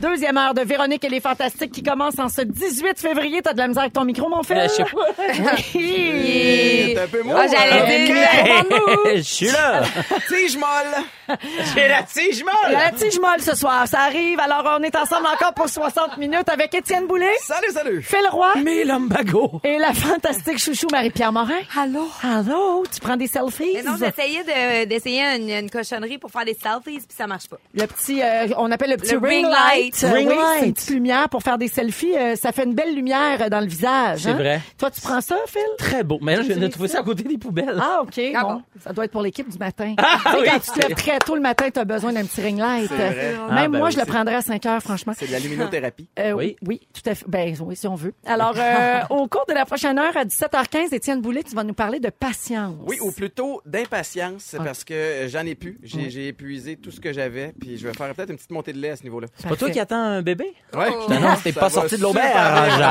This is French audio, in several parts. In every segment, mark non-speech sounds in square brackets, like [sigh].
Deuxième heure de Véronique et les Fantastiques qui commence en ce 18 février. T'as de la misère avec ton micro, mon frère? Euh, Je sais [laughs] Oui. un peu mou, Ah, j'allais hein? dire. Hey, Je suis là. Tige molle. J'ai la tige molle. La tige molle ce soir, ça arrive. Alors, on est ensemble encore pour 60 minutes avec Étienne Boulay, Salut, salut. Phil Roy Mais Lumbago. et la fantastique chouchou Marie-Pierre Morin. Allô? Allô? Tu prends des selfies? Mais non, j'essayais de- d'essayer une, une cochonnerie pour faire des selfies, puis ça marche pas. Le petit, euh, on appelle le petit Le ring ring light. light. Euh, Ring oui, light. c'est une petite lumière pour faire des selfies. Euh, ça fait une belle lumière euh, dans le visage. C'est hein? vrai. Toi, tu prends ça, Phil? Très beau. Mais là, je viens de trouver ça à côté des poubelles. Ah, OK. Ah Bon, bon. ça doit être pour l'équipe du matin. Ah, Tu sais, oui, quand tu te c'est- lèves très tôt le matin, tu as besoin d'un petit ring light. vrai. Même Ah, ben moi, oui, je le c'est- prendrais à 5 heures, franchement. C'est de la luminothérapie. Euh, oui. Oui. oui, tout à fait. Ben oui, si on veut. Alors, euh, au cours de la prochaine heure, à 17h15, Étienne Boulay, tu vas nous parler de patience. [laughs] Oui, ou plutôt d'impatience, parce que euh, j'en ai plus. J'ai j'ai épuisé tout ce que j'avais, puis je vais faire peut-être une petite montée de lait à ce niveau-là. Pas toi qui attends un bébé? Ouais. Oh. Je t'annonce, t'es Ça pas va sorti de [laughs] super bien. l'auberge.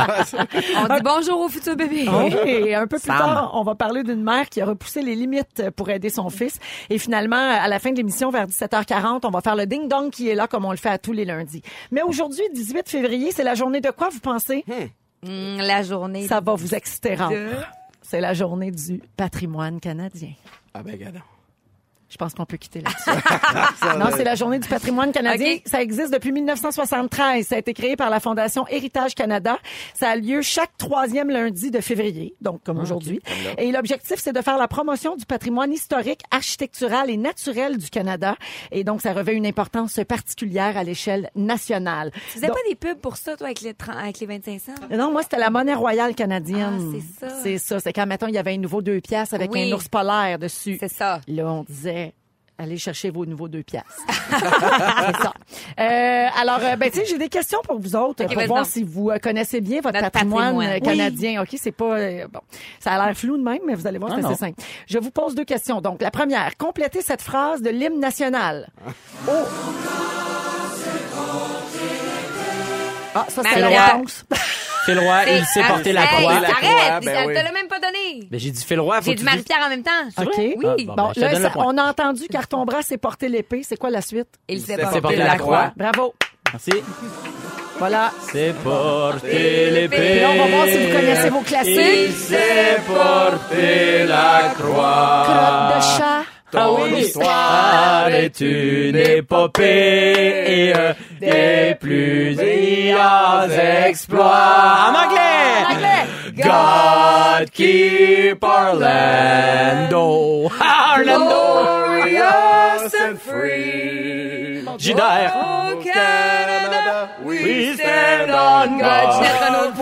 Ah. On dit bonjour au futur bébé. Et un peu plus Sam. tard, on va parler d'une mère qui a repoussé les limites pour aider son fils. Et finalement, à la fin de l'émission, vers 17h40, on va faire le ding-dong qui est là, comme on le fait à tous les lundis. Mais aujourd'hui, 18 février, c'est la journée de quoi, vous pensez? Hum, la journée. Ça va vous exciter rare. C'est la journée du patrimoine canadien. Ah ben, regarde. Je pense qu'on peut quitter là-dessus. Ah, non, euh, c'est la journée du patrimoine canadien. Ok. Ça existe depuis 1973. Ça a été créé par la Fondation Héritage Canada. Ça a lieu chaque troisième lundi de février, donc Ah, comme aujourd'hui. Et l'objectif, c'est de faire la promotion du patrimoine historique, architectural et naturel du Canada. Et donc, ça revêt une importance particulière à l'échelle nationale. Tu faisais Donc- pas des pubs pour ça, toi, avec les, 30 avec les 25 cents? non, moi, c'était la monnaie royale canadienne. Ah, c'est ça. C'est ça. C'est quand, mettons, il y avait un nouveau deux piastres avec Oui. un ours polaire dessus. C'est ça. Là, on disait, allez chercher vos nouveaux deux piastres. [laughs] c'est ça. Euh, alors, euh, ben, tu sais, j'ai des questions pour vous autres, pour vas-y voir donc. si vous euh, connaissez bien votre Notre patrimoine, patrimoine. euh, Oui. canadien. OK, c'est pas... euh, bon, ça a l'air flou de même, mais vous allez voir, Non, c'est Ah non. assez simple. Je vous pose deux questions. Donc, la première, complétez cette phrase de l'hymne national. Oh! Ah, ça, c'est la Marie-Pierre. réponse. Phil Roy, il sait porter la Hey, croix. la croix, Arrête! ben ça oui. te l'a même pas donné. Mais j'ai dit Phil Roy, faut J'ai que du tu dises- Marie-Pierre en même temps. OK. Oui. Ah, Bon, bon, ben, je te là, donne ça- le point. on a entendu carton bras, c'est porter l'épée. C'est quoi la suite? Il s'est s'est porté, porté la la croix. croix. Bravo. Merci. Voilà. C'est porter Et l'épée. là, on va voir si vous connaissez vos classiques. C'est porter la Crotte de croix. chat. Ah oui, l'histoire est une épopée et un des plus brillants exploits. En anglais! En anglais. God keep Orlando! Ah, [laughs] Orlando! Glorious and free. J'idaire! Oh, Canada. We stand on God, God notre notre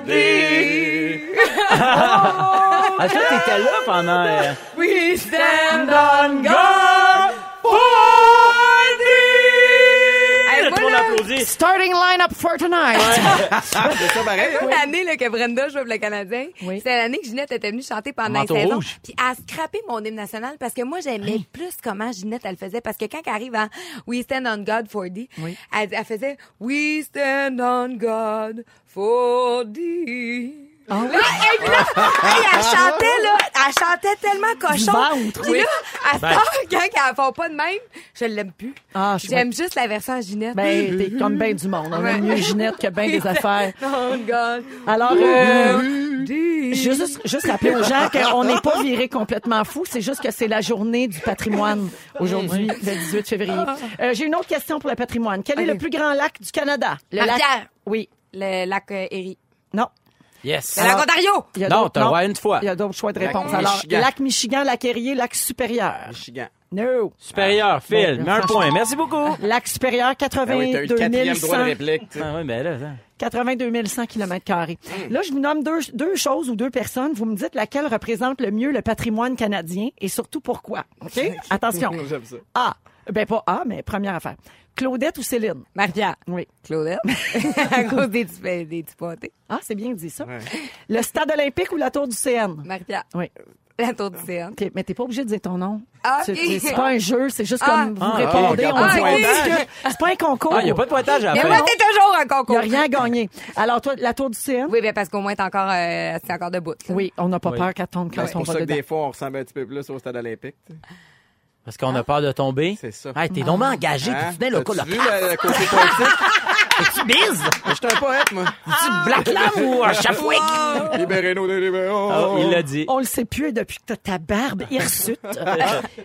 for thee! Ah, ça, t'étais là pendant... euh, We stand on God for thee! Hey, Là, tout le monde voilà. applaudit. Starting lineup for tonight. C'est ça pareil, hein? L'année là, que Brenda joue pour le Canadien, Oui. c'était l'année que Ginette était venue chanter pendant la Manteau saison. rouge. Puis elle a scrappé mon hymne national parce que moi, j'aimais plus comment Ginette, elle faisait. Parce que quand elle arrive à We Stand on God for Thee, Oui. elle, elle faisait We Stand on God for Thee. Ah Et puis là, hey, elle chantait, là, elle chantait tellement cochon. ventre, Puis oui. là, elle Ben. sort, quand elle font pas de même, je l'aime plus. Ah, je J'aime juste la version à Ginette. Ben, t'es comme ben du monde. On a Ouais. mieux Ginette que ben des affaires. On God. Alors, euh, Thee. juste, juste rappeler aux gens qu'on n'est pas viré complètement fou. C'est juste que c'est la journée du patrimoine aujourd'hui, le 18 février. Euh, J'ai une autre question pour le patrimoine. Quel est Ok. le plus grand lac du Canada? Le lac... Marie-Pierre. Oui. Le lac euh, Erie. Non. Yes. Le lac Ontario! Il y a Non, d'autres- t'as le droit à une fois. Il y a d'autres choix de Lac réponse. Alors, Michigan. lac Michigan, lac Erie, lac supérieur. Michigan. No. Supérieur, Phil, Bon, mets un franchement. point. Merci beaucoup. Lac supérieur, Ah oui, t'as eu 82 le quatrième droit de 100 réplique. tu sais. Ah oui, ben là, ça. 82 100 km carrés. Là, je vous nomme deux, deux choses ou deux personnes. Vous me dites laquelle représente le mieux le patrimoine canadien et surtout pourquoi. OK? Attention. J'aime ça. A. Ben, pas A, mais première affaire. Claudette ou Céline? Maria. Oui. Claudette. [laughs] à cause des petits, ben, des petits pâtés. Ah, c'est bien dit ça. Ouais. Le stade olympique ou la tour du CN? Maria. Oui. La tour du CN. OK, mais t'es pas obligé de dire ton nom. Ah, C'est- ok. c'est- C'est pas un jeu, c'est juste Ah. comme vous Ah, répondez. ah, on ah, dit ok. est-ce que- C'est pas un concours. Ah, il n'y a pas de pointage à Mais faire. moi, t'es toujours un Il concours. y a rien gagné. Alors, toi, la tour du CN? Oui, bien, parce qu'au moins, t'es encore, euh, t'es encore debout. là. Oui, on n'a pas Oui. peur qu'elle tombe quand C'est on pour va ça que dedans. des fois, on ressemble un petit peu plus au stade olympique. tu sais. Parce qu'on a peur de tomber. C'est ça. Hey, t'es donc bien engagé, Hein? tu tenais le T'as-tu coup, là. vu le, le côté politique? Tu bises! Je suis un poète, moi. Ah! Tu black Lamb ou [laughs] un chafouic? Libérez-nous, libérez-nous. Ah, il l'a dit. On le sait plus depuis que t'as ta barbe [laughs] hirsute.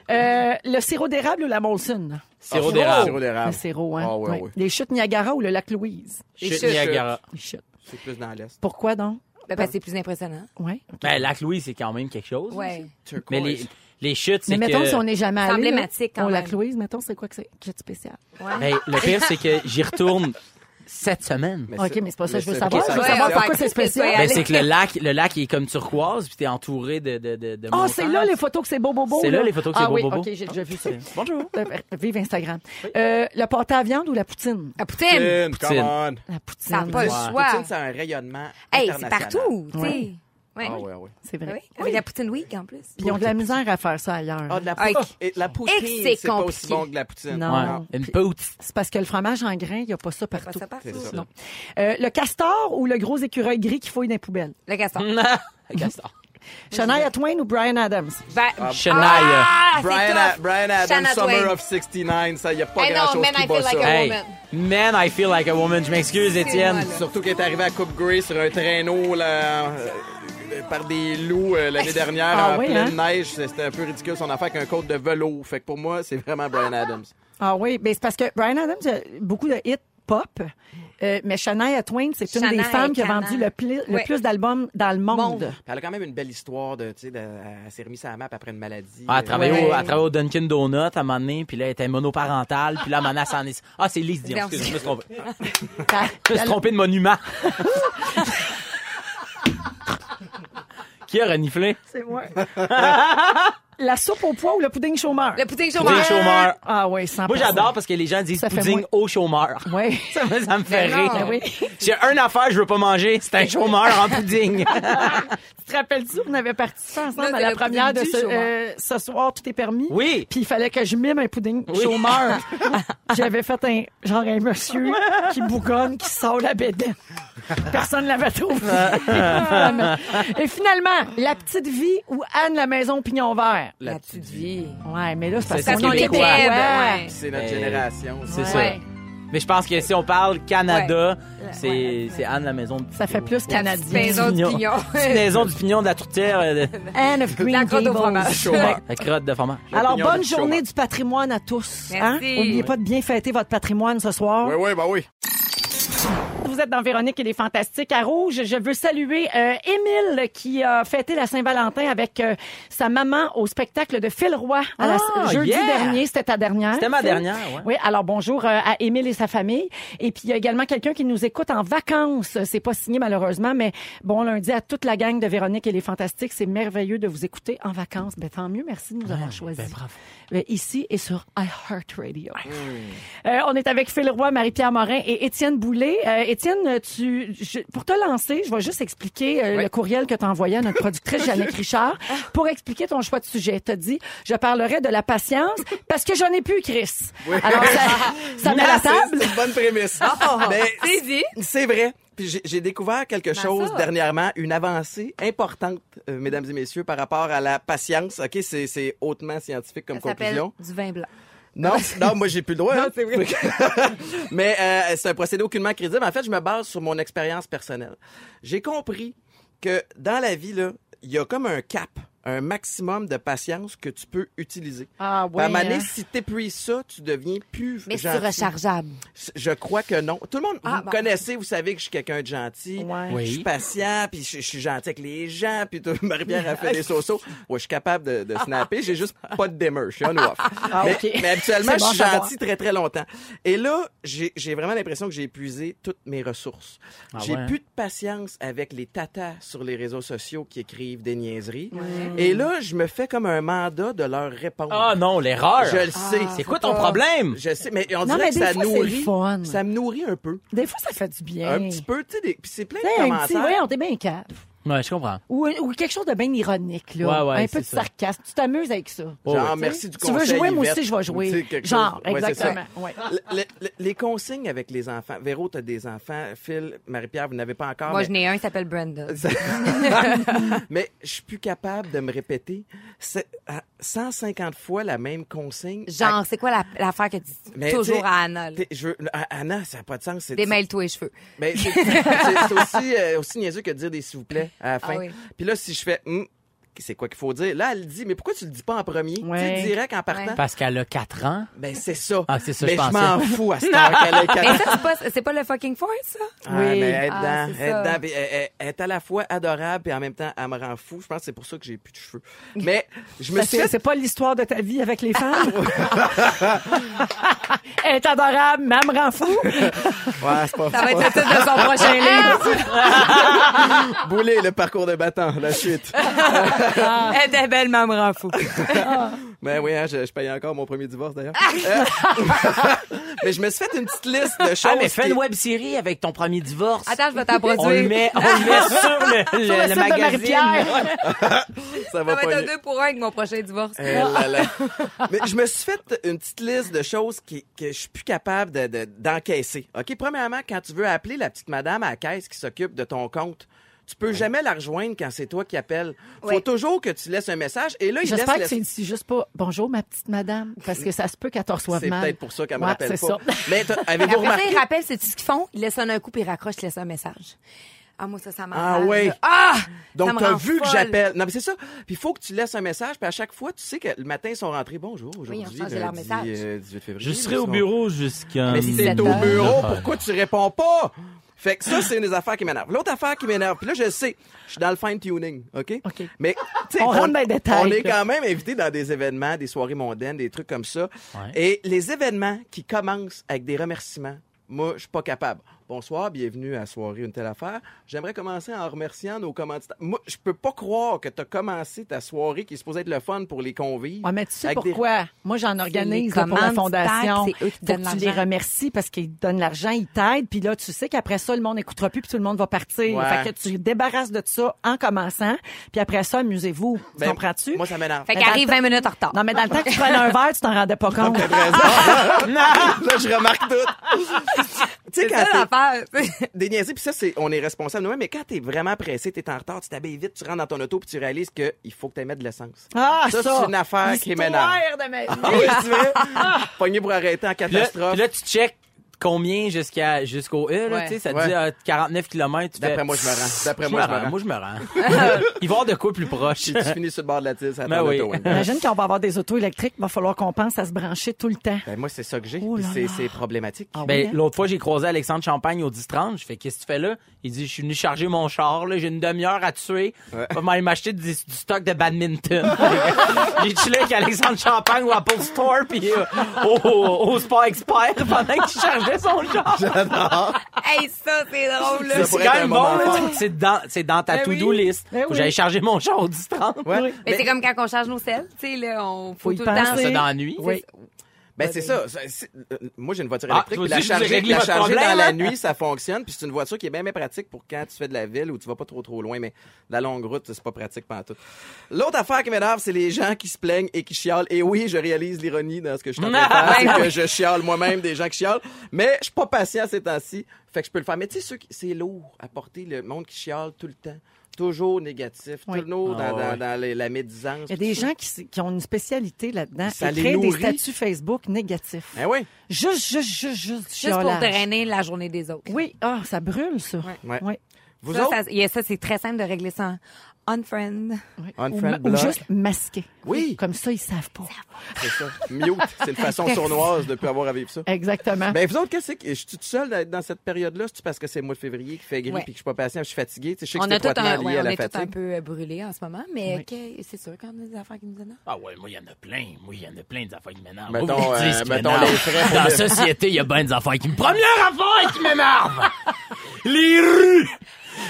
Euh, le sirop d'érable ou la Molson? Sirop Ah, d'érable. Sirop Le d'érable. sirop, hein? Ah, ouais, Oui. ouais. Les chutes Niagara ou le lac Louise? Les Chute chutes. Niagara. Les chutes. C'est plus dans l'Est. Pourquoi donc? Ben, parce que c'est plus impressionnant. Oui. Ben, Lac Louis, c'est quand même quelque chose. Ouais. Mais les, les chutes, Mais c'est mettons, que... si on n'est jamais allé. C'est emblématique, là, quand Au lac même. Louise, mettons, c'est quoi que c'est? Chute spéciale. Ouais. Ben, le pire, c'est que j'y retourne cette semaine. Mais OK, c'est- mais c'est pas ça que je veux c'est- savoir. ok, Je ça veux va. savoir Ouais, pourquoi ouais, c'est ouais. spécial. Ben, c'est que le lac, le lac il est comme turquoise, puis t'es entouré de, de, de, de Ah, montagnes. c'est là les photos que c'est beau, beau, beau. C'est là les photos que ah, c'est beau, oui, beau, beau. OK, j'ai déjà vu ça. Bonjour. Euh, Vive Instagram. Euh, le pâté à viande ou la poutine? La poutine. Poutine, come Ça La on. n'a poutine. pas le Ouais. choix. Poutine, c'est un rayonnement Hey, c'est international. partout, tu sais. Ouais. Ouais. Ben Ah, ouais, ouais. C'est Oui, vrai. avec la poutine week en plus. Puis ils ont de la misère à faire ça ailleurs. Ah, de la Ah, poutine. ok. Et la Et poutine, que c'est c'est pas aussi compliqué. bon que la poutine. Non. Ouais. Non. Une poutine. C'est parce que le fromage en grain, il n'y a pas ça partout. ça partout. C'est ça. Non. Euh, le castor ou le gros écureuil gris qui fouille dans les poubelles? Le castor. Hmm. Ah. [laughs] Gaston. Shania Twain ou Brian Adams? Ben- Chenaille. Ah, c'est Brian, tough. A- Brian Adams, Shanna Summer Twain. of 69, ça, y a pas Hey, non, grand-chose Man, I qui bat feel ça. like a- Hey, woman. man, I feel like a woman. Je m'excuse, Étienne. Excuse-moi, Surtout qu'elle est arrivée à Coupe Grey sur un traîneau là, euh, euh, par des loups euh, l'année dernière [laughs] Ah en oui, pleine neige. C'est- C'était un peu ridicule son affaire avec un côte de velours. Fait que pour moi, c'est vraiment Brian Adams. Ah oui, mais c'est parce que Brian Adams a beaucoup de hits pop, euh, mais Shania Twain, c'est une Shania des femmes et qui a Kana. vendu le, pli- le Ouais. plus d'albums dans le monde. Monde. Elle a quand même une belle histoire de, tu sais, de- elle s'est remise à la map après une maladie. Ah, elle travaillait Ouais. au, elle travaillait au Dunkin' Donut à un moment donné, puis là, elle était monoparentale, puis là, à un moment donné, elle s'en est... Ah, c'est Lise Dion, Non. excuse, je me suis trompé. Ta- [laughs] Je me suis trompé de monument. Qui a reniflé? C'est [laughs] moi. la soupe au poids ou le pudding chômeur? Le poutine Poutine chômeur. chômeur. Ah oui, 100%. Moi, j'adore parce que les gens disent Ça fait pudding moins- au chômeur. [laughs] Oui. Ça, me- ça me fait Mais rire. non. Ben oui. J'ai un affaire, je veux pas manger, c'est un chômeur en pudding. Tu te rappelles-tu, on avait participé ensemble Là, à c'est la le première de pudding ce, du chômeur. euh, ce soir, tout est permis? Oui. Puis il fallait que je mime un pudding Oui. chômeur. J'avais fait un genre un monsieur qui bougonne, qui sort la bédaine. Personne ne l'avait trouvé. Et finalement, la petite vie ou Anne la maison au pignon vert. La petite vie. Ouais, mais là, c'est parce C'est qu'on Parce qu'on est les québécois. aime, Ouais. ouais. C'est notre Mais- génération. C'est ça. Ouais. Mais je pense que si on parle Canada, c'est ouais. c'est Anne la maison. Ça fait plus canadien. maison. Maison du Pignon. [laughs] pignon. Petite maison du pignon de la tourtière, euh, de Anne of Green La crotte au Gables. fromage. Chômeur. la crotte de fromage. Alors, L'opinion bonne du journée chômeur. du patrimoine à tous. Merci. hein? N'oubliez pas de bien fêter votre patrimoine ce soir. Oui, oui, bah oui. Vous êtes dans Véronique et les Fantastiques à Rouge. Je veux saluer euh, Émile qui a fêté la Saint-Valentin avec euh, sa maman au spectacle de Phil Roy à la- Ah, jeudi yeah! dernier. C'était ta dernière. C'était ma Phil? dernière, ouais. Oui, alors bonjour euh, à Émile et sa famille. Et puis, il y a également quelqu'un qui nous écoute en vacances. C'est pas signé malheureusement, mais bon lundi à toute la gang de Véronique et les Fantastiques. C'est merveilleux de vous écouter en vacances. Ben, tant mieux. Merci de nous avoir choisis. ben, bravo. Ah, Euh, Ici et sur iHeartRadio. Euh, on est avec Phil Roy, Marie-Pierre Morin et Étienne Boulay. Euh, Étienne, tu, je- pour te lancer, je vais juste expliquer euh, le courriel que tu envoyé à notre productrice Jeannette Richard Ah. pour expliquer ton choix de sujet. Tu dit, je parlerai de la patience parce que j'en ai plus, Chris. [laughs] Alors, ça, ça met la Ah, c'est- table. Ah, C'est une bonne prémisse. Mais C'est dit. C'est vrai. Puis j'ai- j'ai découvert quelque Ben chose ça. dernièrement, une avancée importante, euh, mesdames et messieurs, par rapport à la patience. OK, c'est c'est hautement scientifique comme Ça s'appelle conclusion. du vin blanc. Non, non, moi j'ai plus le droit. hein. [laughs] Mais euh, c'est un procédé aucunement crédible. En fait, je me base sur mon expérience personnelle. J'ai compris que dans la vie là, il y a comme un cap, un maximum de patience que tu peux utiliser. Ah hein. Puis à un moment donné, si t'épuises ça, tu deviens plus Mais c'est gentil. rechargeable. Je crois que non. Tout le monde, Ah, vous me bon. connaissez, vous savez que je suis quelqu'un de gentil. Ouais. Oui. Je suis patient, puis je, je suis gentil avec les gens, puis tout- [laughs] Marie-Pierre a fait des so-so. Ouais, je suis capable de, de snapper, j'ai juste pas de dimmer, je suis on ou off. Ah, Ah, mais, ok. [laughs] mais habituellement, C'est je bon suis à savoir. gentil très très longtemps. Et là, j'ai j'ai vraiment l'impression que j'ai épuisé toutes mes ressources. Ah j'ai ouais. plus de patience avec les tatas sur les réseaux sociaux qui écrivent des niaiseries. Et là, je me fais comme un mandat de leur répondre. Ah non, l'erreur. Je le sais. C'est quoi ton problème? Je sais, mais on Ah. Non, dirait mais que des ça fois, c'est le nourrit. fun. Ça me nourrit un peu. Des fois, ça fait du bien. Un petit peu, tu sais, des- puis c'est plein Tu de sais, un petit, commentaires. ouais, on est bien cave. Ouais, je comprends. Ou, ou quelque chose de bien ironique, là. Ouais, ouais, un peu c'est de ça. sarcasme. Tu t'amuses avec ça. Genre, Oh, Ouais, ouais. Ah, merci du tu conseil. veux jouer, moi Yvette. aussi, je vais Tu sais, jouer. quelque Genre, chose. Ouais, c'est ça. exactement. Ouais. Le- le- le- les consignes avec les enfants. Véro, t'as des enfants. Phil, Marie-Pierre, vous n'avez pas encore. Moi, Ah, mais- je n'ai un, il s'appelle Brenda. [laughs] mais je suis plus capable de me répéter c'est- à 150 fois la même consigne. Genre, c'est quoi la- l'affaire que tu dis Mais toujours t'sais, à Anna? là? t'es- je veux- à- Anna, ça n'a pas de sens. c'est- Démêle-toi les cheveux. Mais c'est c'est- c'est aussi, euh, aussi niaiseux que de dire des s'il vous plaît à la fin. Ah oui. Puis là, si je fais Hum, c'est quoi qu'il faut dire, là, elle dit, mais pourquoi tu le dis pas en premier? Ouais. Tu sais, direct en partant. Parce qu'elle a 4 ans. Ben, c'est ça. Ah, c'est ça, mais je pensais. m'en fous [laughs] à ce temps qu'elle est Mais capable. ça, c'est pas, c'est pas le fucking force, ça? Ah, Oui. mais elle est Ah, dedans, c'est elle est ça. dedans, puis elle- elle- elle est à la fois adorable et en même temps, elle me rend fou. Je pense que c'est pour ça que j'ai plus de cheveux. Mais je me Parce suis que c'est pas l'histoire de ta vie avec les [laughs] femmes. [laughs] Elle est adorable, mais elle me rend fou. Ouais, c'est pas Ça va être le titre de son prochain livre. Bouler le parcours de battant, la chute. Elle était belle, maman fou. Ben oui, hein, je, je paye encore mon premier [laughs] divorce d'ailleurs. Euh, [laughs] mais je me suis fait une petite liste de choses. Ah, mais fais qui- une web série avec ton premier divorce. Attends, je vais t'en Ah! on le produire. met, on le met sur le, le- le site de magazine. Marie-Pierre. Ça Ça va va pas être un deux pour un avec mon prochain divorce. Eh là là. [laughs] Mais je me suis fait une petite liste de choses qui, que je suis plus capable de- de- d'encaisser. OK? Premièrement, quand tu veux appeler la petite madame à la caisse qui s'occupe de ton compte, tu peux jamais la rejoindre quand c'est toi qui appelles. Faut Ouais. toujours que tu laisses un message. Et là, il laisse J'espère que le- c'est c'est juste pas bonjour ma petite madame parce que ça se peut qu'elle te reçoive C'est mal. peut-être pour ça qu'elle me Ouais, rappelle pas. c'est ça. [laughs] Mais t'as- avez-vous Après ça, remarqué? ils rappellent, c'est ce qu'ils font. Ils laissent un coup, puis ils raccrochent, ils laissent un message. Ah, moi, ça, ça Ah m'arrange. ouais. Ah! Ça Donc me t'as rend vu que folle. j'appelle. Non mais c'est ça. Puis il faut que tu laisses un message. Puis à chaque fois, tu sais que le matin ils sont rentrés. Bonjour aujourd'hui. on change leur lundi, message. euh, 18 février. [laughs] Je serai Ils au sont- bureau jusqu'à... Mais si sept t'es au heures. bureau, pourquoi tu réponds pas? Fait que ça, c'est une des affaires qui m'énerve. L'autre affaire qui m'énerve, puis là, je sais, je suis dans le fine-tuning, OK? OK. Mais, tu sais, On rentre dans les détails, on est là. quand même invité dans des événements, des soirées mondaines, des trucs comme ça. Et les événements qui commencent avec des remerciements, moi, je suis pas capable. Bonsoir, bienvenue à la soirée une telle affaire. J'aimerais commencer en remerciant nos commanditaires. Moi, je peux pas croire que tu as commencé ta soirée qui est supposée être le fun pour les convives. Ouais, mais tu sais avec des- pourquoi? Moi, j'en organise là, pour la commandes, fondation. c'est eux qui Faut donnent que tu les l'argent. remercies parce qu'ils te donnent l'argent, ils t'aident. Puis là, tu sais qu'après ça, le monde n'écoutera plus puis tout le monde va partir. Ouais. Fait que tu te débarrasses de ça en commençant. Puis après ça, amusez-vous. Ben, Comprends-tu? Moi, ça m'énerve. Fait qu'arrive 20 minutes en retard. Non, mais dans le temps que tu prenais [laughs] un verre, tu t'en rendais pas compte. [laughs] Là, je remarque tout. tu sais, C'est ça quand t'es- l'affaire. [laughs] des niaiseries, puis ça, c'est, on est responsable nous-mêmes, mais quand t'es vraiment pressé, t'es en retard, tu t'habilles vite, tu rentres dans ton auto, puis tu réalises qu'il faut que t'aies mettre de l'essence. Ah, Ça, ça! c'est une affaire qui L'histoire m'énerve. de ma vie. Ah oui, c'est vrai? Pogné pour arrêter en Puis là, catastrophe. puis là, tu check combien jusqu'à jusqu'au E, là, Ouais. tu sais, ça te Ouais. dit euh, 49 km. D'après moi, je me rends. D'après moi, je me rends. Moi, je me rends. Il va y avoir de quoi plus proche. tu finis sur le bord de la tisse à Ben ton oui. auto, hein. Imagine qu'on va avoir des autos électriques, il va falloir qu'on pense à se brancher tout le temps. Ben, moi, c'est ça que j'ai, Oh puis là c'est, là. c'est problématique. Ah oui, Ben, hein? l'autre fois, j'ai croisé Alexandre Champagne au 10-30. Je fais, qu'est-ce que tu fais là? Il dit, je suis venu charger mon char, là. J'ai une demi-heure à tuer. Je vais m'aller m'acheter du, du stock de badminton. [laughs] j'ai chillé avec Alexandre Champagne au Apple Store puis euh, au, au- au Sport Expert pendant qu'il chargeait son char. hey, ça, c'est drôle, là. Ça C'est pourrait quand être un même moment bon, là. fort. C'est dans, c'est dans ta Ben to-do oui. list. Ben Faut que oui. j'aille charger mon char au 10-30. Ouais. Oui. Mais c'est comme quand on charge nos selles, tu sais, là, on faut, Faut y tout penser. le temps. Ça, dans la nuit. Oui. Ben, c'est ça. C'est- c'est- euh, moi, j'ai une voiture Ah, électrique. toi puis la aussi, je vous ai charger, réglé la votre charger problème, dans la hein? nuit, ça fonctionne. Puis c'est une voiture qui est bien, bien pratique pour quand tu fais de la ville ou tu vas pas trop, trop loin. Mais la longue route, c'est pas pratique pendant tout. L'autre affaire qui m'énerve, c'est les gens qui se plaignent et qui chialent. Et oui, je réalise l'ironie dans ce que je suis en [laughs] train de Ben faire. c'est que je chiale moi-même des gens qui chialent. Mais je suis pas patient ces temps-ci. Fait que je peux le faire. Mais tu sais, ceux qui- c'est lourd à porter le monde qui chiale tout le temps. Toujours négatif, Oui. toujours dans, Ah, dans- ouais. dans les- la médisance. Il y a des gens qui, s- qui ont une spécialité là-dedans. Ça Ils les créent des nourrit. statuts Facebook négatifs. Ben oui. Juste, juste, juste, juste. Juste pour chiolage. drainer la journée des autres. Oui, ah, ça brûle, ça. Ouais. Ouais. Vous ça, autres? ça, yeah, ça, c'est très simple de régler ça en unfriend. Ouais. Unfriend Ou, ma- ou block. juste masqué. Oui. Comme ça, ils savent pas. C'est ça. Mute, c'est une façon sournoise de ne plus avoir à vivre ça. Exactement. Ben, vous autres, qu'est-ce que c'est? Je suis tout seul d'être dans cette période-là? C'est-tu parce que c'est le mois de février qui fait gris Ouais. puis que je suis pas patient, je suis fatigué? Tu sais, je sais que On c'est a tout un, étroitement lié ouais, à on la est tout un fatigue. peu euh, brûlés en ce moment, mais que- c'est sûr qu'on a des affaires qui nous donnent. Ah ouais, moi, il y en a plein. Moi, il y en a plein des affaires qui m'énervent. Mettons, Moi, vous me dites euh, ce qui mettons m'énerve. les frais. Dans la société, il y a bien des affaires qui me... Première affaire qui m'énerve! les rues!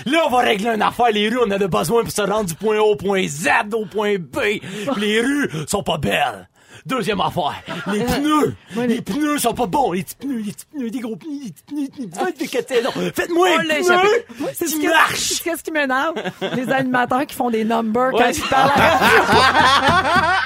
Là, on va régler une affaire. Les rues, on en a besoin pour se rendre du point A au point Z, au point B. Puis les rues sont pas belles. Deuxième affaire, Euh, les pneus. les pneus sont pas bons. Les petits pneus, les petits pneus, des gros pneus, les petits pneus, les petits pneus, des caténons. Faites-moi un Oh, là, pneu Moi, c'est ce qui que- marche. c'est ce qui m'énerve. Les animateurs qui font des numbers quand Ouais. ils parlent. Ah,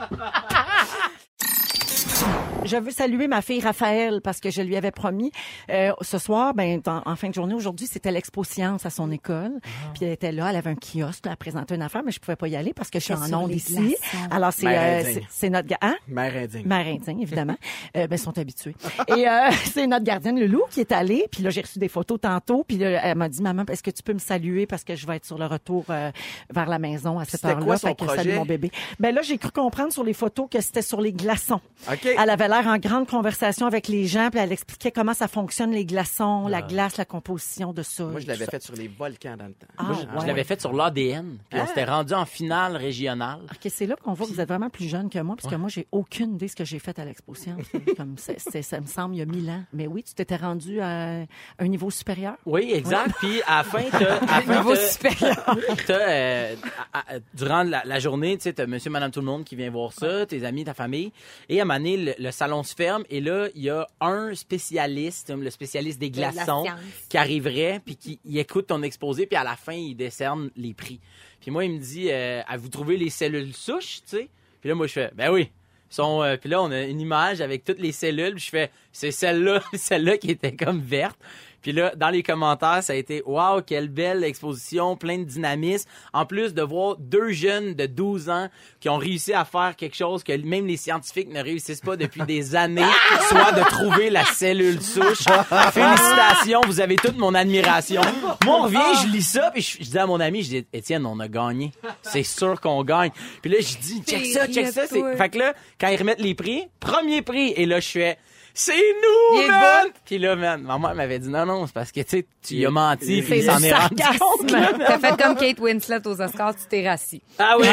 à la radio. Je veux saluer ma fille Raphaël parce que je lui avais promis euh, ce soir, ben dans- en fin de journée aujourd'hui, c'était l'expo science à son école. Ah. Puis elle était là, elle avait un kiosque, là, elle présentait une affaire, mais je pouvais pas y aller parce que je suis C'était en sur onde les ici. glaçons. Alors c'est Mère euh, indigne. c'est- c'est notre gars. Hein? Mère indigne. Mère indigne, [laughs] évidemment. Euh, ben, ils sont habitués. Et euh, [laughs] c'est notre gardienne, le loup, qui est allée. Puis là, j'ai reçu des photos tantôt. Puis là, elle m'a dit, maman, est-ce que tu peux me saluer parce que je vais être sur le retour euh, vers la maison à cette C'était heure-là. quoi son Fait que projet? salut mon bébé. Ben là, j'ai cru comprendre sur les photos que c'était sur les glaçons. OK. Elle avait l'air en grande conversation avec les gens. Puis elle expliquait comment ça fonctionne les glaçons, la glace, la composition de ça. Ah. Moi, je et l'avais tout ça. fait sur les volcans dans le temps. Ah, Moi, ouais. Je l'avais fait sur l'ADN, puis Ah. on s'était rendu en finale régionale. Ok, c'est là qu'on voit que vous êtes vraiment plus jeune que moi, parce que moi, j'ai aucune idée de ce que j'ai fait à l'Expo Science. Comme c'est- c'est- ça me semble il y a mille ans. Mais oui, tu t'étais rendu à un niveau supérieur. Oui, exact. Puis à la fin, [laughs] t'as... à [laughs] la fin, Niveau t'as- supérieur. T'as, euh, à- à- durant la, la journée, tu sais, t'as monsieur, madame, tout le monde qui vient voir ça, tes amis, ta famille. Et à un moment donné, le, le salon se ferme et là, il y a un spécialiste, le spécialiste des la glaçons, science. qui arriverait puis qui il écoute ton exposé puis à la fin, il décerne les prix. Puis moi, il me dit, euh, à vous trouver les cellules souches, tu sais. Puis là, moi, je fais, ben oui. Ils Sont, euh, puis là, on a une image avec toutes les cellules. puis Je fais, c'est celle-là, [laughs] celle-là qui était comme verte. Puis là, dans les commentaires, ça a été Waouh, quelle belle exposition, plein de dynamisme. En plus de voir deux jeunes de 12 ans qui ont réussi à faire quelque chose que même les scientifiques ne réussissent pas depuis [laughs] des années, soit de trouver la cellule souche. Félicitations, vous avez toute mon admiration. Moi, on revient, je lis ça, puis je, je dis à mon ami, je dis Étienne, on a gagné. C'est sûr qu'on gagne. Puis là, je dis check ça, check ça. c'est- Fait que là, quand ils remettent les prix, premier prix, et là, je fais c'est nous, Il est man! bon. Puis là, man, maman elle m'avait dit non, non, c'est parce que tu sais, tu y as menti, puis C'est il s'en du est rendu compte. là. [laughs] T'as fait comme Kate Winslet aux Oscars, tu t'es rassis. Ah [laughs] oui!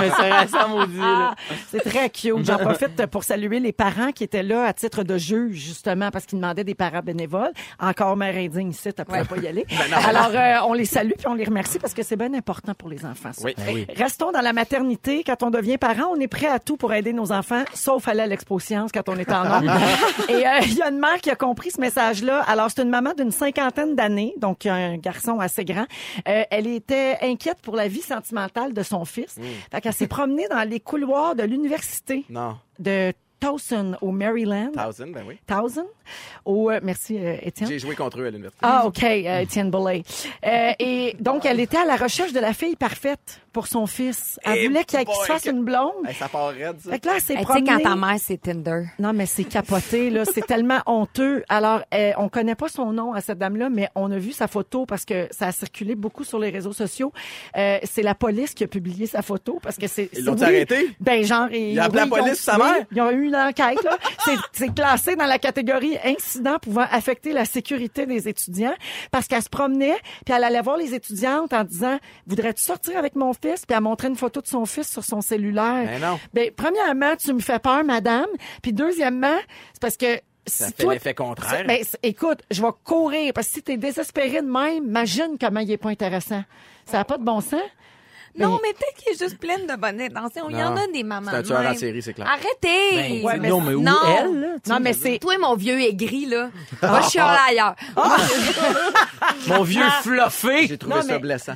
Mais c'est récent, maudit, là. Ah, c'est très cute. [laughs] J'en profite pour saluer les parents qui étaient là à titre de juge, justement, parce qu'ils demandaient des parents bénévoles. Encore mère indigne ici, t'as Ouais. pas y aller. Ben Alors, euh, on les salue puis on les remercie parce que c'est bien important pour les enfants. ça. Oui, ben oui. Restons dans la maternité. Quand on devient parent, on est prêt à tout pour aider nos enfants, sauf aller à l'expo science quand on est en ordre. Et euh, il y a une mère qui a compris ce message-là. Alors, c'est une maman d'une cinquantaine d'années, donc un garçon assez grand. Euh, elle était inquiète pour la vie sentimentale de son fils. Fait qu'elle s'est promenée dans les couloirs de l'université Non. de Towson au Maryland. Thousand, ben oui. Towson? Au, euh, merci, euh, Étienne. J'ai joué contre eux à l'université. Ah, OK, euh, Étienne Bolley. Euh, et donc, elle était à la recherche de la fille parfaite pour son fils. Elle Eh voulait qu'il qu'il se boy, fasse que- une Ah. blonde. Hey, ça part raide, ça. Fait que là, elle s'est Hey, tu sais, quand promenée. ta mère, c'est Tinder. Non, mais c'est capoté, là. C'est tellement [laughs] honteux. Alors, euh, on connaît pas son nom à cette dame-là, mais on a vu sa photo parce que ça a circulé beaucoup sur les réseaux sociaux. Euh, c'est la police qui a publié sa photo parce que c'est... Ils l'ont c'est- arrêté? Ben, genre... Ils, a appelé la oui, ils ont- police, sa oui, mère? Ils ont eu une enquête, là. C'est- c'est classé dans la catégorie incident pouvant affecter la sécurité des étudiants parce qu'elle se promenait, puis elle allait voir les étudiantes en disant, voudrais-tu sortir avec mon fils? Puis elle montrait une photo de son fils sur son cellulaire. Ben non. Ben, premièrement, tu me fais peur, madame. Puis deuxièmement, c'est parce que Ça si fait toi- l'effet contraire. Ben, c- écoute, je vais courir parce que si t'es désespéré de même, imagine comment il est pas intéressant. Ça a pas de bon sens. Non, mais peut-être qu'il est juste pleine de bonnes intentions. Il y en Non. a des mamans. C'est un de tueur en même. série, c'est clair. Arrêtez! Ben, Ouais, mais- non, mais où elle, là? Non, mais c'est Toi, mon vieux aigri, là, va Ah, chialer ailleurs. Moi, Mon vieux fluffé! J'ai trouvé Non, ça mais- blessant.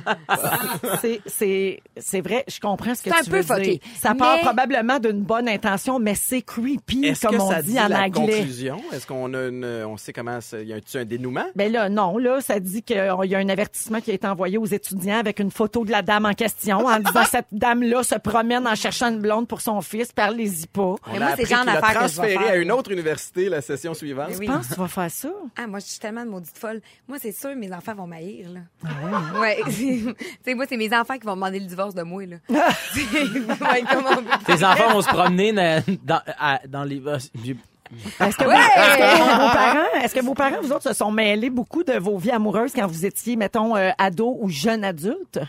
c'est c'est c'est vrai, je comprends ce que C'est un tu peu veux fucké, dire. Ça part mais- probablement d'une bonne intention, mais c'est creepy Est-ce comme que on ça dit, dit, en la anglais. conclusion? Est-ce qu'on a une, on sait comment ça- il y a un, tu sais, un dénouement? Ben là, non, là, ça dit qu'il y a un avertissement qui a été envoyé aux étudiants avec une photo de la dame en question en [laughs] disant cette dame-là se promène en cherchant une blonde pour son fils, parlez-y pas. Mais On moi, a c'est appris le genre qu'il a d'affaire que je vais transféré faire. à une autre université la session suivante. Mais Je oui. pense que tu vas [laughs] faire ça. Ah, moi, je suis tellement de maudite folle. Moi, c'est sûr, mes enfants vont m'haïr, là. ouais. [laughs] tu sais, moi, c'est mes enfants qui vont demander le divorce de moi, là. Ils vont être comme, on peut- Tes [laughs] enfants vont se promener na- dans, à- dans les... euh, j'ai- Est-ce que, Ouais! est-ce que vos parents, est-ce que vos parents, vous autres, se sont mêlés beaucoup de vos vies amoureuses quand vous étiez, mettons, euh, ado ou jeune adulte?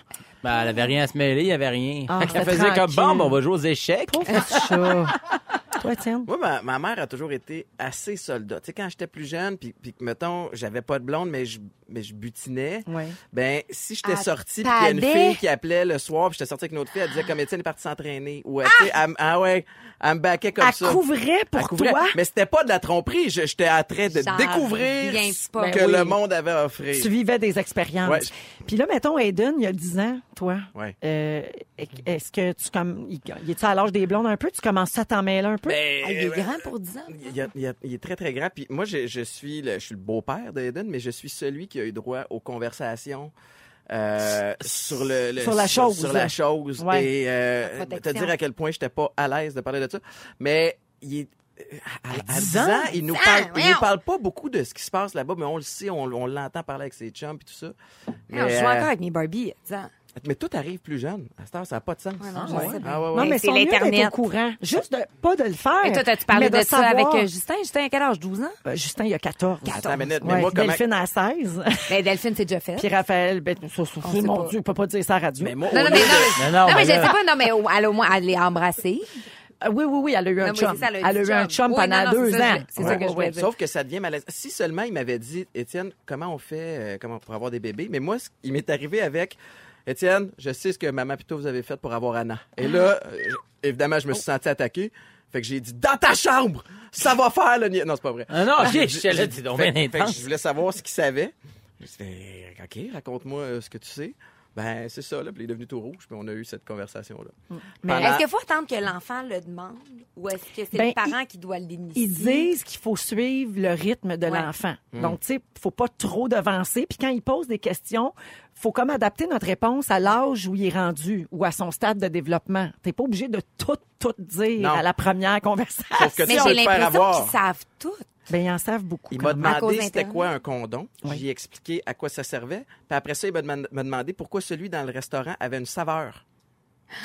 Ben, elle avait rien à se mêler, il y avait rien. Ah, elle c'était faisait comme, tranquille. bon, ben, on va jouer aux échecs. Pauvre petit chat. Toi, Étienne? Moi, ma, ma mère a toujours été assez soldat. Tu sais, quand j'étais plus jeune, puis, puis que, mettons, j'avais pas de blonde, mais je, mais je butinais, Oui. ben si j'étais Ah, sortie, puis qu'il y a une t'avais- fille qui appelait le soir, puis j'étais sortie avec une autre fille, elle disait comme Étienne est partie s'entraîner. Ou, tu sais, elle, me- ah ouais, elle me baquait comme Elle ça. couvrait pour Elle couvrait. toi. Mais c'était pas de la tromperie. Je- J'étais à trait de Ça découvrir revient ce pas. que Ben oui. le monde avait à offrir. Tu vivais des expériences. Ouais. Puis là, mettons, Aiden, il y a 10 ans, toi. Ouais. Euh, Est-ce que tu comme. Il il est-tu à l'âge des blondes un peu? Tu commences à t'en mêler un peu? Ben, Ah, il est ouais. grand pour 10 ans. Il, a- il a- il est très, très grand. Puis moi, je, je suis le, je suis le beau-père d'Aiden, mais je suis celui qui a eu droit aux conversations euh, sur, le, le- Sur la chose. Sur la chose. Ouais. Et La euh, te protection. dire à quel point j'étais pas à l'aise de parler de ça. Mais il est. À, à- à 10 10 ans, ans? il nous 10 ans, parle, il voyons. nous parle pas beaucoup de ce qui se passe là-bas, mais on le sait, on, on l'entend parler avec ses chums et tout ça. Mais, Non, je joue euh, encore avec mes Barbie à 10 ans. mais tout arrive plus jeune. À cette heure, ça n'a pas de sens. Ouais, non, je sais bien. Ah, ouais, ouais. Non, mais c'est c'est mieux d'être l'Internet. au courant. Juste de, pas de le faire. Et toi, t'as-tu mais parlé de, ça savoir. avec euh, Justin? Justin, à quel âge? 12 ans? Ben, Justin, il y a 14. Attends une minute, mais Ouais, moi, comment- Delphine [laughs] à 16. Ben, Delphine, c'est déjà fait. Puis Raphaël, ben, ça, ça, On ça, sait mon pas. Dieu, il peut pas dire ça à la radio. Mais moi, Non, au non, lieu mais non, de- mais, Non, non, non, mais mais je sais là- pas, non, mais au- elle, au moins, elle l'a embrassé. Euh, oui, oui, oui, elle a eu un Non, mais chum. c'est ça, elle a eu un chum Oui, pendant non, non, deux c'est ça, ans. je- c'est ça que je voulais dire. Sauf que ça devient malaise. Si seulement il m'avait dit, Étienne, comment on fait euh, comment pour avoir des bébés? Mais moi, ce- il m'est arrivé avec, Étienne, je sais ce que maman plutôt vous avez fait pour avoir Anna. Et là, Ah. euh, évidemment, je me suis Oh. senti attaqué. Fait que j'ai dit, dans ta chambre, ça va faire le... nia- Non, c'est pas vrai. Ah non, ok, [laughs] J'ai dit- j'étais là, j'ai- dis donc, fait- bien fait que intense. Je voulais savoir ce qu'il savait. J'ai dit, Ben, OK, raconte-moi euh, ce que tu sais. Ben, c'est ça, là. Puis il est devenu tout rouge, puis on a eu cette conversation-là. Hmm. Pendant- Est-ce qu'il faut attendre que l'enfant le demande ou est-ce que c'est Ben, le parent qui doit l'initier? Ils disent qu'il faut suivre le rythme de Ouais. l'enfant. Hmm. Donc, tu sais, faut pas trop devancer. Puis quand il pose des questions, faut comme adapter notre réponse à l'âge où il est rendu ou à son stade de développement. T'es pas obligé de tout, tout dire Non. à la première conversation. Sauf que tu Mais peux j'ai le faire l'impression avoir. qu'ils savent tout. Ben, ils en savent beaucoup. Il quand m'a même. À cause demandé c'était Internet. quoi un condom. Oui. J'ai expliqué à quoi ça servait. Puis après ça, il m'a deman- m'a demandé pourquoi celui dans le restaurant avait une saveur.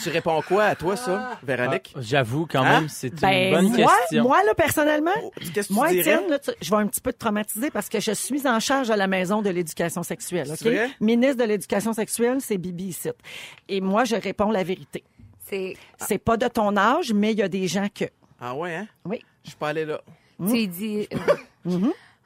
Tu réponds quoi à toi, ça, Véronique? Ah, J'avoue, quand Hein? même, c'est une Ben, bonne moi, question. moi, là, personnellement, Oh, Qu'est-ce que moi, tu dirais? Étienne, là, tu- je vais un petit peu te traumatiser parce que je suis en charge de la maison de l'éducation sexuelle. C'est OK? vrai? Ministre de l'éducation sexuelle, c'est Bibi ici. Et moi, je réponds la vérité. C'est, C'est pas de ton âge, mais il y a des gens que. Ah ouais, hein? Oui. Je suis pas allé là. tu lui dis. euh,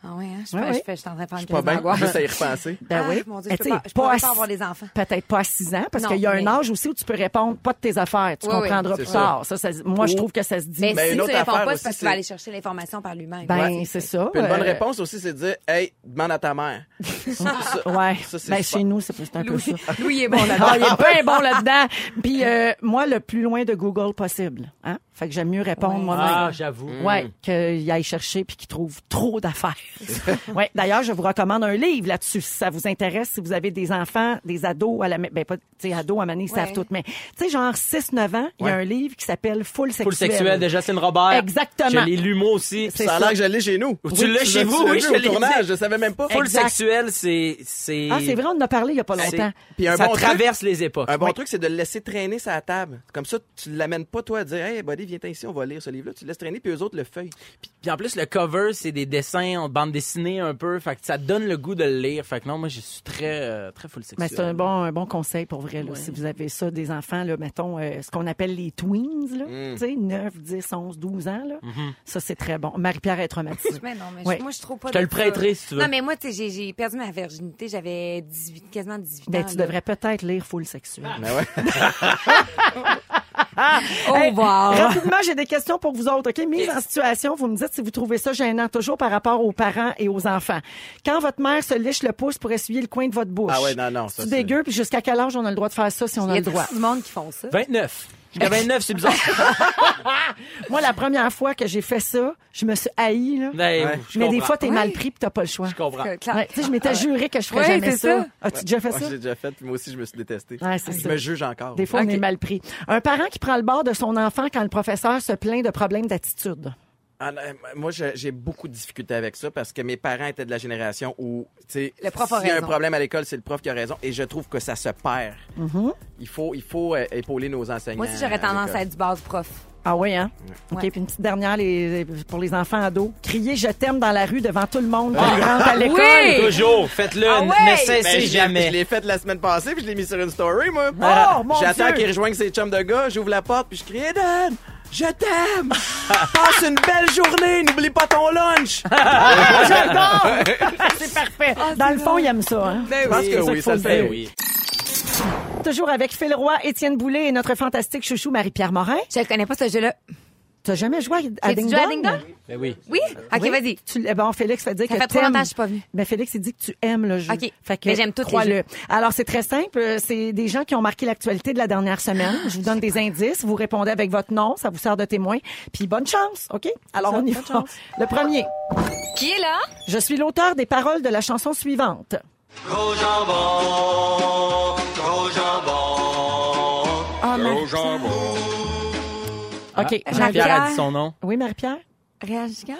Ah ouais, hein, je, Mmh. Ouais, fais- ouais. je fais- je suis en train de prendre Je suis pas bien. Juste à y repenser. Ben Ah, oui. mon Dieu, Mais je peux tu sais, pas- je pourrais à pas six- avoir des enfants. Peut-être pas à 6 ans, parce Non, qu'il y a un mais- âge aussi où tu peux répondre pas de tes affaires. Tu Oui, oui. comprendras C'est plus ça. tard. Ça, ça- moi, je Ou- trouve que ça se [laughs] dit. Mais Ben, Ben, si une tu autre réponds pas, affaire aussi, c'est parce que tu c'est- vas aller chercher l'information par lui-même. Ouais. c'est ça. Puis une bonne euh, réponse aussi, c'est de dire, hey, demande à ta mère. Ça- Ouais. Ça, c'est ben, super. chez nous, c'est c'est un peu ça. Louis, [laughs] Louis est bon là-dedans. [laughs] Ah, il est bien bon là-dedans. Puis euh, moi, le plus loin de Google possible. Hein? Fait que j'aime mieux répondre Ouais. moi-même. Ah, j'avoue. ben, Ouais, qu'il aille chercher puis qu'il trouve trop d'affaires. [laughs] ouais. D'ailleurs, je vous recommande un livre là-dessus si ça vous intéresse, si vous avez des enfants, des ados à la, ma- ben pas, tu sais, ados à Mané, ils Ouais. savent tout, mais tu sais, genre 6-9 ans, il y a un livre qui s'appelle Full sexuel. Pour le sexuel de Jacine Robert. Exactement. Je l'ai lu moi aussi. C'est Ça ça. a l'air que je l'ai chez nous. Ou tu l'as chez vous, tu l'as oui, vu je au l'ai dit. tournage, je savais même pas. Full Exact. sexuel, c'est, c'est. Ah, c'est vrai, on en a parlé il y a pas C'est- longtemps. Puis un ça bon truc- traverse les époques. Un bon truc, c'est de le laisser traîner sa table. Comme ça, tu l'amènes pas, toi, à dire, hey, buddy, viens ici, on va lire ce livre-là. Tu le laisses traîner, puis eux autres le feuillent. Puis en plus, le cover, c'est des dessins en bande dessinée un peu. Fait que ça donne le goût de le lire. Fait que non, moi, je suis très, euh, très full sexuel. Mais c'est un bon, un bon conseil pour vrai. Là, Si vous avez ça, des enfants, là, mettons, euh, ce qu'on appelle les tweens, là, Mm. tu sais, 9, 10, 11, 12 ans, là, Mm-hmm. ça, c'est très bon. Marie-Pierre est traumatisée. [laughs] Mais non, mais Ouais. je- moi, je trouve pas. Je te de le ça. prêterai, si tu veux. Non, mais moi, tu sais, j'ai- j'ai perdu ma virginité. J'avais 18, quasiment 18 ans. Ben, tu là. devrais peut-être lire Full Sexuel. Ben ouais. Au Ah. revoir. Rapidement, j'ai des questions pour vous autres. OK? Mise en situation, vous me dites si vous trouvez ça gênant, toujours par rapport aux parents et aux enfants. Quand votre mère se liche le pouce pour essuyer le coin de votre bouche. Ah ouais, non, non, ça, C'est c'est- dégueu, puis jusqu'à quel âge on a le droit de faire ça si [laughs] on Il a y a le droit? Ben, tout du monde qui font ça. 29. Jusqu'à 29, c'est bizarre. Moi, la première fois que j'ai fait ça, je me suis haïe, [laughs] là. Ben, Ouais. je Mais des comprends. fois, t'es mal Oui. pris pis t'as pas le choix. Je comprends. Que- Ouais, tu sais, je m'étais juré que je ferais Ah Ouais, jamais c'est ça. ça. As-tu déjà fait Moi, ça? j'ai déjà fait, puis moi aussi, je me suis détesté. Ouais, c'est je ça. me juge encore. Des fois, Ok. on est mal pris. Un parent qui prend le bord de son enfant quand le professeur se plaint de problèmes d'attitude. Ah, non, moi, je- j'ai beaucoup de difficultés avec ça parce que mes parents étaient de la génération où, tu sais, Le prof a s'il y a un raison. problème à l'école, c'est le prof qui a raison. Et je trouve que ça se perd. Il faut, il faut euh, épauler nos enseignants. Moi aussi, j'aurais tendance à l'école. être du base prof. Ah oui, hein? OK, Ouais. puis une petite dernière les- pour les enfants ados. Crier « je t'aime » dans la rue devant tout le monde qui rentre à l'école. Ah. Oui! [laughs] Toujours. Faites-le. Ah n- ouais! Ne Ben, cessez je l'ai- Je jamais. l'ai fait la semaine passée, puis je l'ai mis sur une story, moi. Oh, mon J'attends Dieu! qu'ils rejoignent ses chums de gars, j'ouvre la porte, puis je crie Eden! Je t'aime! Passe une belle journée! N'oublie pas ton lunch! J'adore! C'est parfait. Ah, Dans le fond, il aime ça. Hein? Ben Je pense Ben que oui, ça le fait, oui. Toujours avec Phil Roy, Étienne Boulay et notre fantastique chouchou Marie-Pierre Morin. Je le connais pas, ce jeu-là. T'as jamais joué à J'ai Ding dit jouer à Ding Dong? Dong? Ben oui. Oui? OK, Oui. vas-y. Tu l'- bon, Félix va dire Ça que fait trop t'aimes. longtemps que je suis pas venue. Mais Félix, il dit que tu aimes le jeu. OK. Fait que, Mais j'aime tous les crois-le. jeux. Alors, c'est très simple. Euh, C'est des gens qui ont marqué l'actualité de la dernière semaine. Je vous donne des indices. Vous répondez avec votre nom. Ça vous sert de témoin. Puis, bonne chance. OK? Alors, on y va. Le premier. Qui est là? Je suis l'auteur des paroles de la chanson suivante. Oh, Marie-Pierre. Ah. OK. Marie- Pierre a dit son nom. oui, Marie-Pierre? Réagis quand?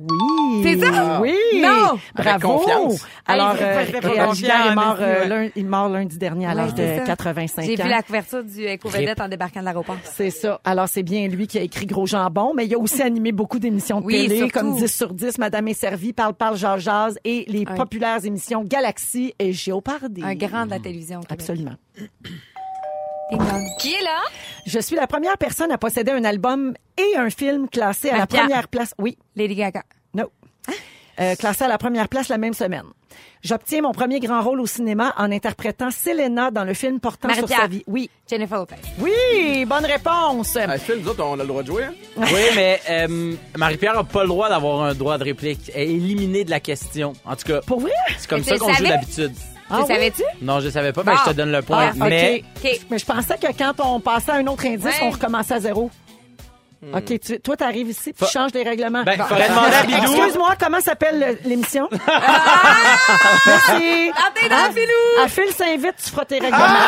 Oui. C'est ça? Oui. Non. Avec Bravo. confiance. Alors, Hey, c'est euh, Réal pas très Giguère est confiant, mort, euh, ouais. lundi, il est mort lundi dernier à Ouais, l'âge c'est de ça. 85 ans. J'ai vu la couverture du Eco Vedette en débarquant de l'aéroport. C'est ça. Alors, c'est bien lui qui a écrit Gros Jambon, mais il a aussi animé beaucoup d'émissions de Oui, télé, surtout. comme 10 sur 10, Madame est servie, Parle, Parle, Jazz, Jazz, et les Ouais. populaires émissions Galaxy et Géopardie. Un grand de la télévision. au Québec. Absolument. Ding dong. Qui est là? Je suis la première personne à posséder un album et un film classé à la Marie-Pierre. première place. Oui, Lady Gaga. non. Euh, classé à la première place la même semaine. J'obtiens mon premier grand rôle au cinéma en interprétant Selena dans le film portant sur Marie-Pierre. sa vie. Oui, Jennifer Lopez. oui, bonne réponse. Ah, Phil, nous autres, on a le droit de jouer. hein? Oui, mais euh, Marie-Pierre a pas le droit d'avoir un droit de réplique. Elle est éliminée de la question. En tout cas, Pour vrai? c'est comme Mais ça tu qu'on joue savais? d'habitude. Tu le savais-tu? Non, je savais pas, mais Ah. je te donne le point. Ah, mais OK. Mais je pensais que quand on passait à un autre indice, Ouais. on recommençait à zéro. OK, tu, toi, t'arrives ici, puis tu changes les règlements. Hmm. ben, faudrait demander à Bidou. Excuse-moi, comment s'appelle euh, l'émission? [laughs] Merci. Ah, t'es dans Ah. le filou! À Phil s'invite, tu feras tes règlements.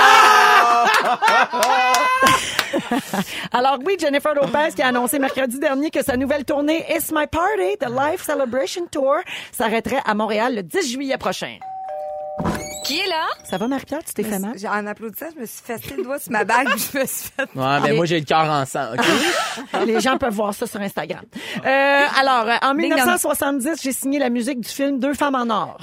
Alors oui, Jennifer Lopez qui a annoncé mercredi dernier que sa nouvelle tournée It's My Party, The Life Celebration Tour, s'arrêterait à Montréal le 10 juillet prochain. Qui est là? Ça va, Marie-Pierre? Tu t'es fait mal? J'ai- En applaudissant, je me suis fessé le doigt sur ma bague, puis je me suis [laughs] Ah, fait. Ouais, mais moi j'ai le cœur en sang. ok? Les gens peuvent voir ça sur Instagram. Euh, alors, euh, en Ding dong. 1970, j'ai signé la musique du film Deux femmes en or.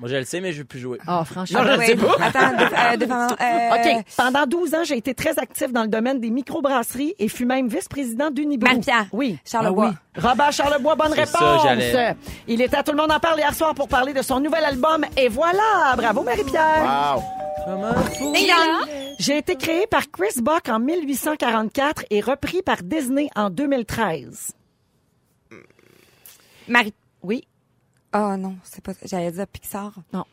moi je le sais, mais je veux plus jouer. Ah, Oh, franchement. Ouais. Attends, deux- euh, deux femmes, euh, OK. Pendant 12 ans, j'ai été très actif dans le domaine des microbrasseries et fus même vice-président d'Unibrou. Marie-Pierre. Oui. Charlebois. Ah oui. Robert Charlebois, bonne C'est réponse. ça, j'allais. Il était à Tout le monde en parle hier soir pour parler de son nouvel album. Et voilà. Bravo, Marie-Pierre. Wow. Ding dong. J'ai été créé par Chris Buck en 1844 et repris par Disney en 2013. Marie. Oui. Oh non, c'est pas. J'allais dire Pixar. Non.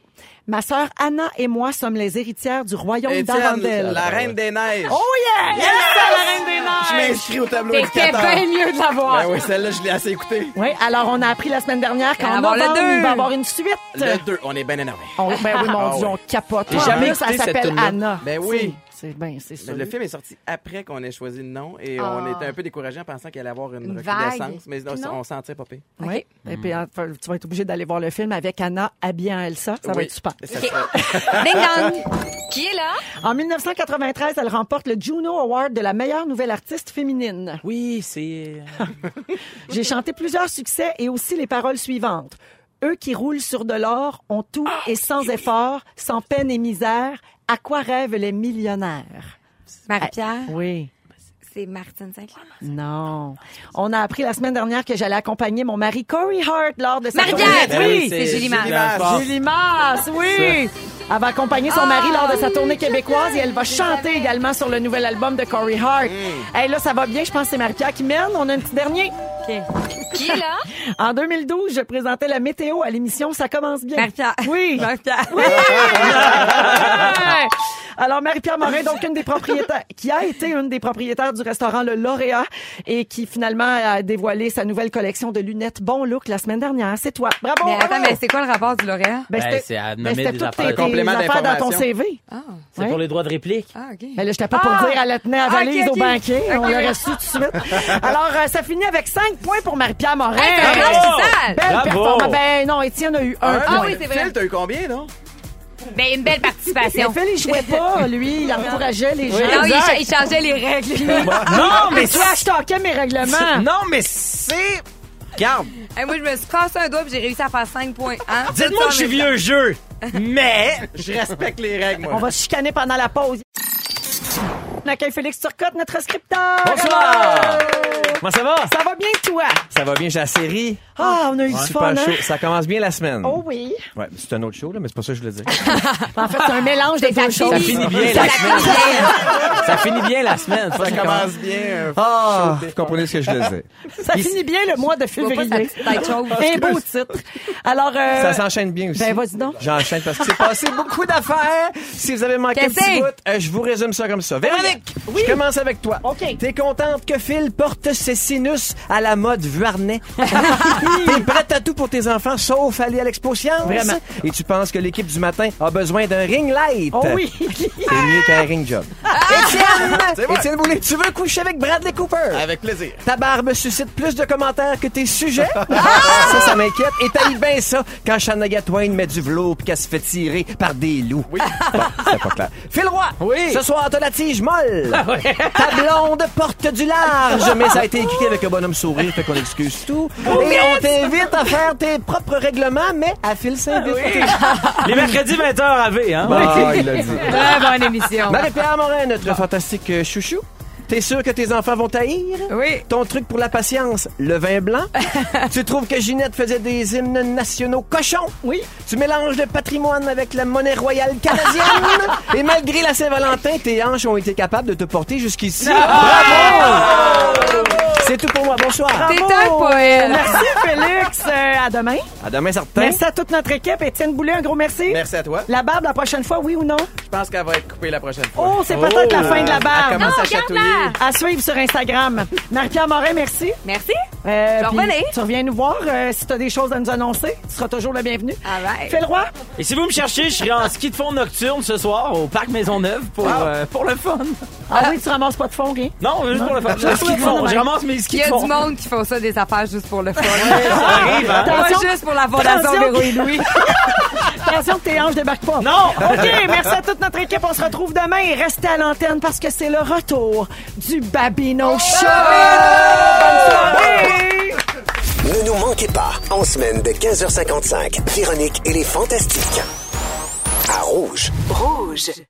Ma sœur Anna et moi sommes les héritières du royaume Étienne, d'Arendelle. la reine des neiges. Oh yeah! Yes! La reine des Je neiges! m'inscris au tableau C'était indicateur. bien mieux de l'avoir. Ben oui, celle-là, je l'ai assez écoutée. Oui, alors on a appris la semaine dernière Il va qu'en y en avoir le novembre, deux. il va y avoir une suite. Le 2, on est bien énervé. On- ben oui, mon Ah Dieu, ouais. on capote. J'ai En jamais plus, écouté elle cette s'appelle tune-là. Anna. Ben oui. C'est bien, c'est ça. Mais le film est sorti après qu'on ait choisi le nom et on était un peu découragés en pensant qu'il allait avoir une, Une vague. recrudescence, mais non, Non. on s'en tire pas pire. Oui. Et puis, enfin, tu vas être obligé d'aller voir le film avec Anna habillée en Elsa. Ça va Oui. être super. Ça OK. Ben serait- Ding dong. Qui est là? En 1993, elle remporte le Juno Award de la meilleure nouvelle artiste féminine. Oui, c'est. euh, J'ai chanté plusieurs succès et aussi les paroles suivantes. Eux qui roulent sur de l'or ont tout Ah, et sans effort, sans peine et misère. À quoi rêvent les millionnaires? Marie-Pierre. Oui. C'est Martine Sinclair. Non. On a appris la semaine dernière que j'allais accompagner mon mari Corey Hart lors de sa Marie-Pierre! ben tournée. Oui, Oui, c'est Julie Mars. Ah. Mars. Julie Mars, oui. Elle va accompagner son mari lors de Ah, sa tournée québécoise et elle va chanter également sur le nouvel album de Corey Hart. Hey, là, ça va bien. Je pense que c'est Marie-Pierre qui mène. On a un petit dernier. Qui est là? En 2012, je présentais la météo à l'émission Ça commence bien. Marie-Pierre. Oui. [laughs] Marie-Pierre. Oui! Alors, Marie-Pierre Morin, donc une des propriétaires, qui a été une des propriétaires du restaurant Le Lauréat et qui finalement a dévoilé sa nouvelle collection de lunettes Bon Look la semaine dernière. C'est toi. Bravo! [laughs] Mais attends, bravo. mais c'est quoi le rapport du lauréat? Ben, Ben, c'était- c'est à ben, nommer c'était des toutes affaires. tes- Un tes complément affaires dans ton d'information. CV. Ah, C'est Ouais. pour les droits de réplique. ah OK. Mais là, j'étais pas pour Ah! dire, elle la tenait à Ok, valise ok. au banquier. On Ok. l'aurait su tout de suite. Alors, euh, ça finit avec 5 points pour Marie-Pierre Morin. Hey, t'as Bravo! raison, Gisèle! Belle Bravo! performance. Ben non, Étienne a eu un Ah, point. oui, c'est vrai. Phil, t'as eu combien, non? Ben, une belle [laughs] participation. Mais Phil, il jouait pas, lui. Il encourageait les gens. non, il, cha- il changeait les règles. Non, mais Mais toi, je toquais mes règlements. Non, mais c'est. Regarde, Hey, moi, je me suis cassé un doigt puis j'ai réussi à faire 5 points. Hein? dites-moi que je suis vieux jeu, mais Je respecte les règles, On moi. va se chicaner pendant la pause. On accueille Félix Turcotte, notre scripteur. Bonsoir. Hello. Comment ça va? Ça va bien, toi? Ça va bien, j'ai la série. Ah, on a eu du Super fun, hein? chaud. Ça commence bien la semaine. Oh oui. Ouais, c'est un autre show, là, mais c'est pas ça que je voulais dire. En fait, c'est un mélange des deux choses. Ça finit bien la semaine. ça finit bien la semaine. Ça commence bien. euh, Ah, vous comprenez ce que je voulais dire. Ça finit bien le mois de février. [laughs] Un beau titre. Alors, euh, Ça s'enchaîne bien aussi. ben, vas-y donc. J'enchaîne parce que c'est passé beaucoup d'affaires. Si vous avez manqué un Qu'est-ce que? petit bout, euh, je vous résume ça comme ça. Véronique, je commence avec toi. OK. T'es contente que Phil porte ses sinus à la mode Vuarnet. [laughs] T'es prête à tout pour tes enfants, sauf aller à l'expo science. Vraiment. Et tu penses que l'équipe du matin a besoin d'un ring light. Oh oui. C'est mieux qu'un ring job. Étienne, Étienne Boulay, tu veux coucher avec Bradley Cooper? Avec plaisir. Ta barbe suscite plus de commentaires que tes sujets. Ça, ça m'inquiète. Et t'as bien ça quand Shanaga Twain met du velours pis qu'elle se fait tirer par des loups. Oui. Bon, c'était pas clair. Phil Roy, Oui. ce soir, t'as la tige molle. Ta blonde porte du large. Mais ça a été écrit avec un bonhomme sourire, fait qu'on excuse tout. Et on t'invite à faire tes propres règlements, mais à Phil s'invite. Les mercredis 20h à V, hein? Ah, il l'a dit. [laughs] Très bonne émission. Marie-Pierre Morin, notre fantastique euh, chouchou. T'es sûr que tes enfants vont taillir? Oui. Ton truc pour la patience, le vin [laughs] blanc. tu trouves que Ginette faisait des hymnes nationaux cochons? Oui. Tu mélanges le patrimoine avec la monnaie royale [laughs] canadienne. Et malgré la Saint-Valentin, tes hanches ont été capables de te porter jusqu'ici. [laughs] Ah! Bravo! C'est tout pour moi. Bonsoir. T'es un poète. Merci, Félix. Euh, à demain. À demain, certain. Merci à toute notre équipe. Étienne Boulay, un gros merci. Merci à toi. La barbe, la prochaine fois, oui ou non? Je pense qu'elle va être coupée la prochaine fois. Oh, c'est peut-être la fin de la Elle barbe. Oh, commence à chatouiller. À suivre sur Instagram. Marie-Pierre Morin, merci. Merci. Euh, Je puis revenais. Tu reviens nous voir euh, si tu as des choses à nous annoncer. Tu seras toujours le bienvenu. All right. Fais le roi. Et si vous me cherchez, je serai en ski de fond nocturne ce soir au parc Maisonneuve pour, euh, pour le fun. Ah oui, tu ramasses pas de fond, rien. Non, juste pour le fun. Non. Je ski de fond. Je ramasse mes Il skis y de a fond. du monde qui font ça des affaires juste pour le fun. Ça arrive, hein? Pas Attention. juste pour la fondation Attention. Véro et Louis. [laughs] Attention que tes hanches débarquent pas. Non! [laughs] OK, merci à toute notre équipe. On se retrouve demain et restez à l'antenne parce que c'est le retour du Babino Show. Bonne soirée. Ne nous manquez pas, en semaine de 15h55, Véronique et les Fantastiques. À Rouge. Rouge.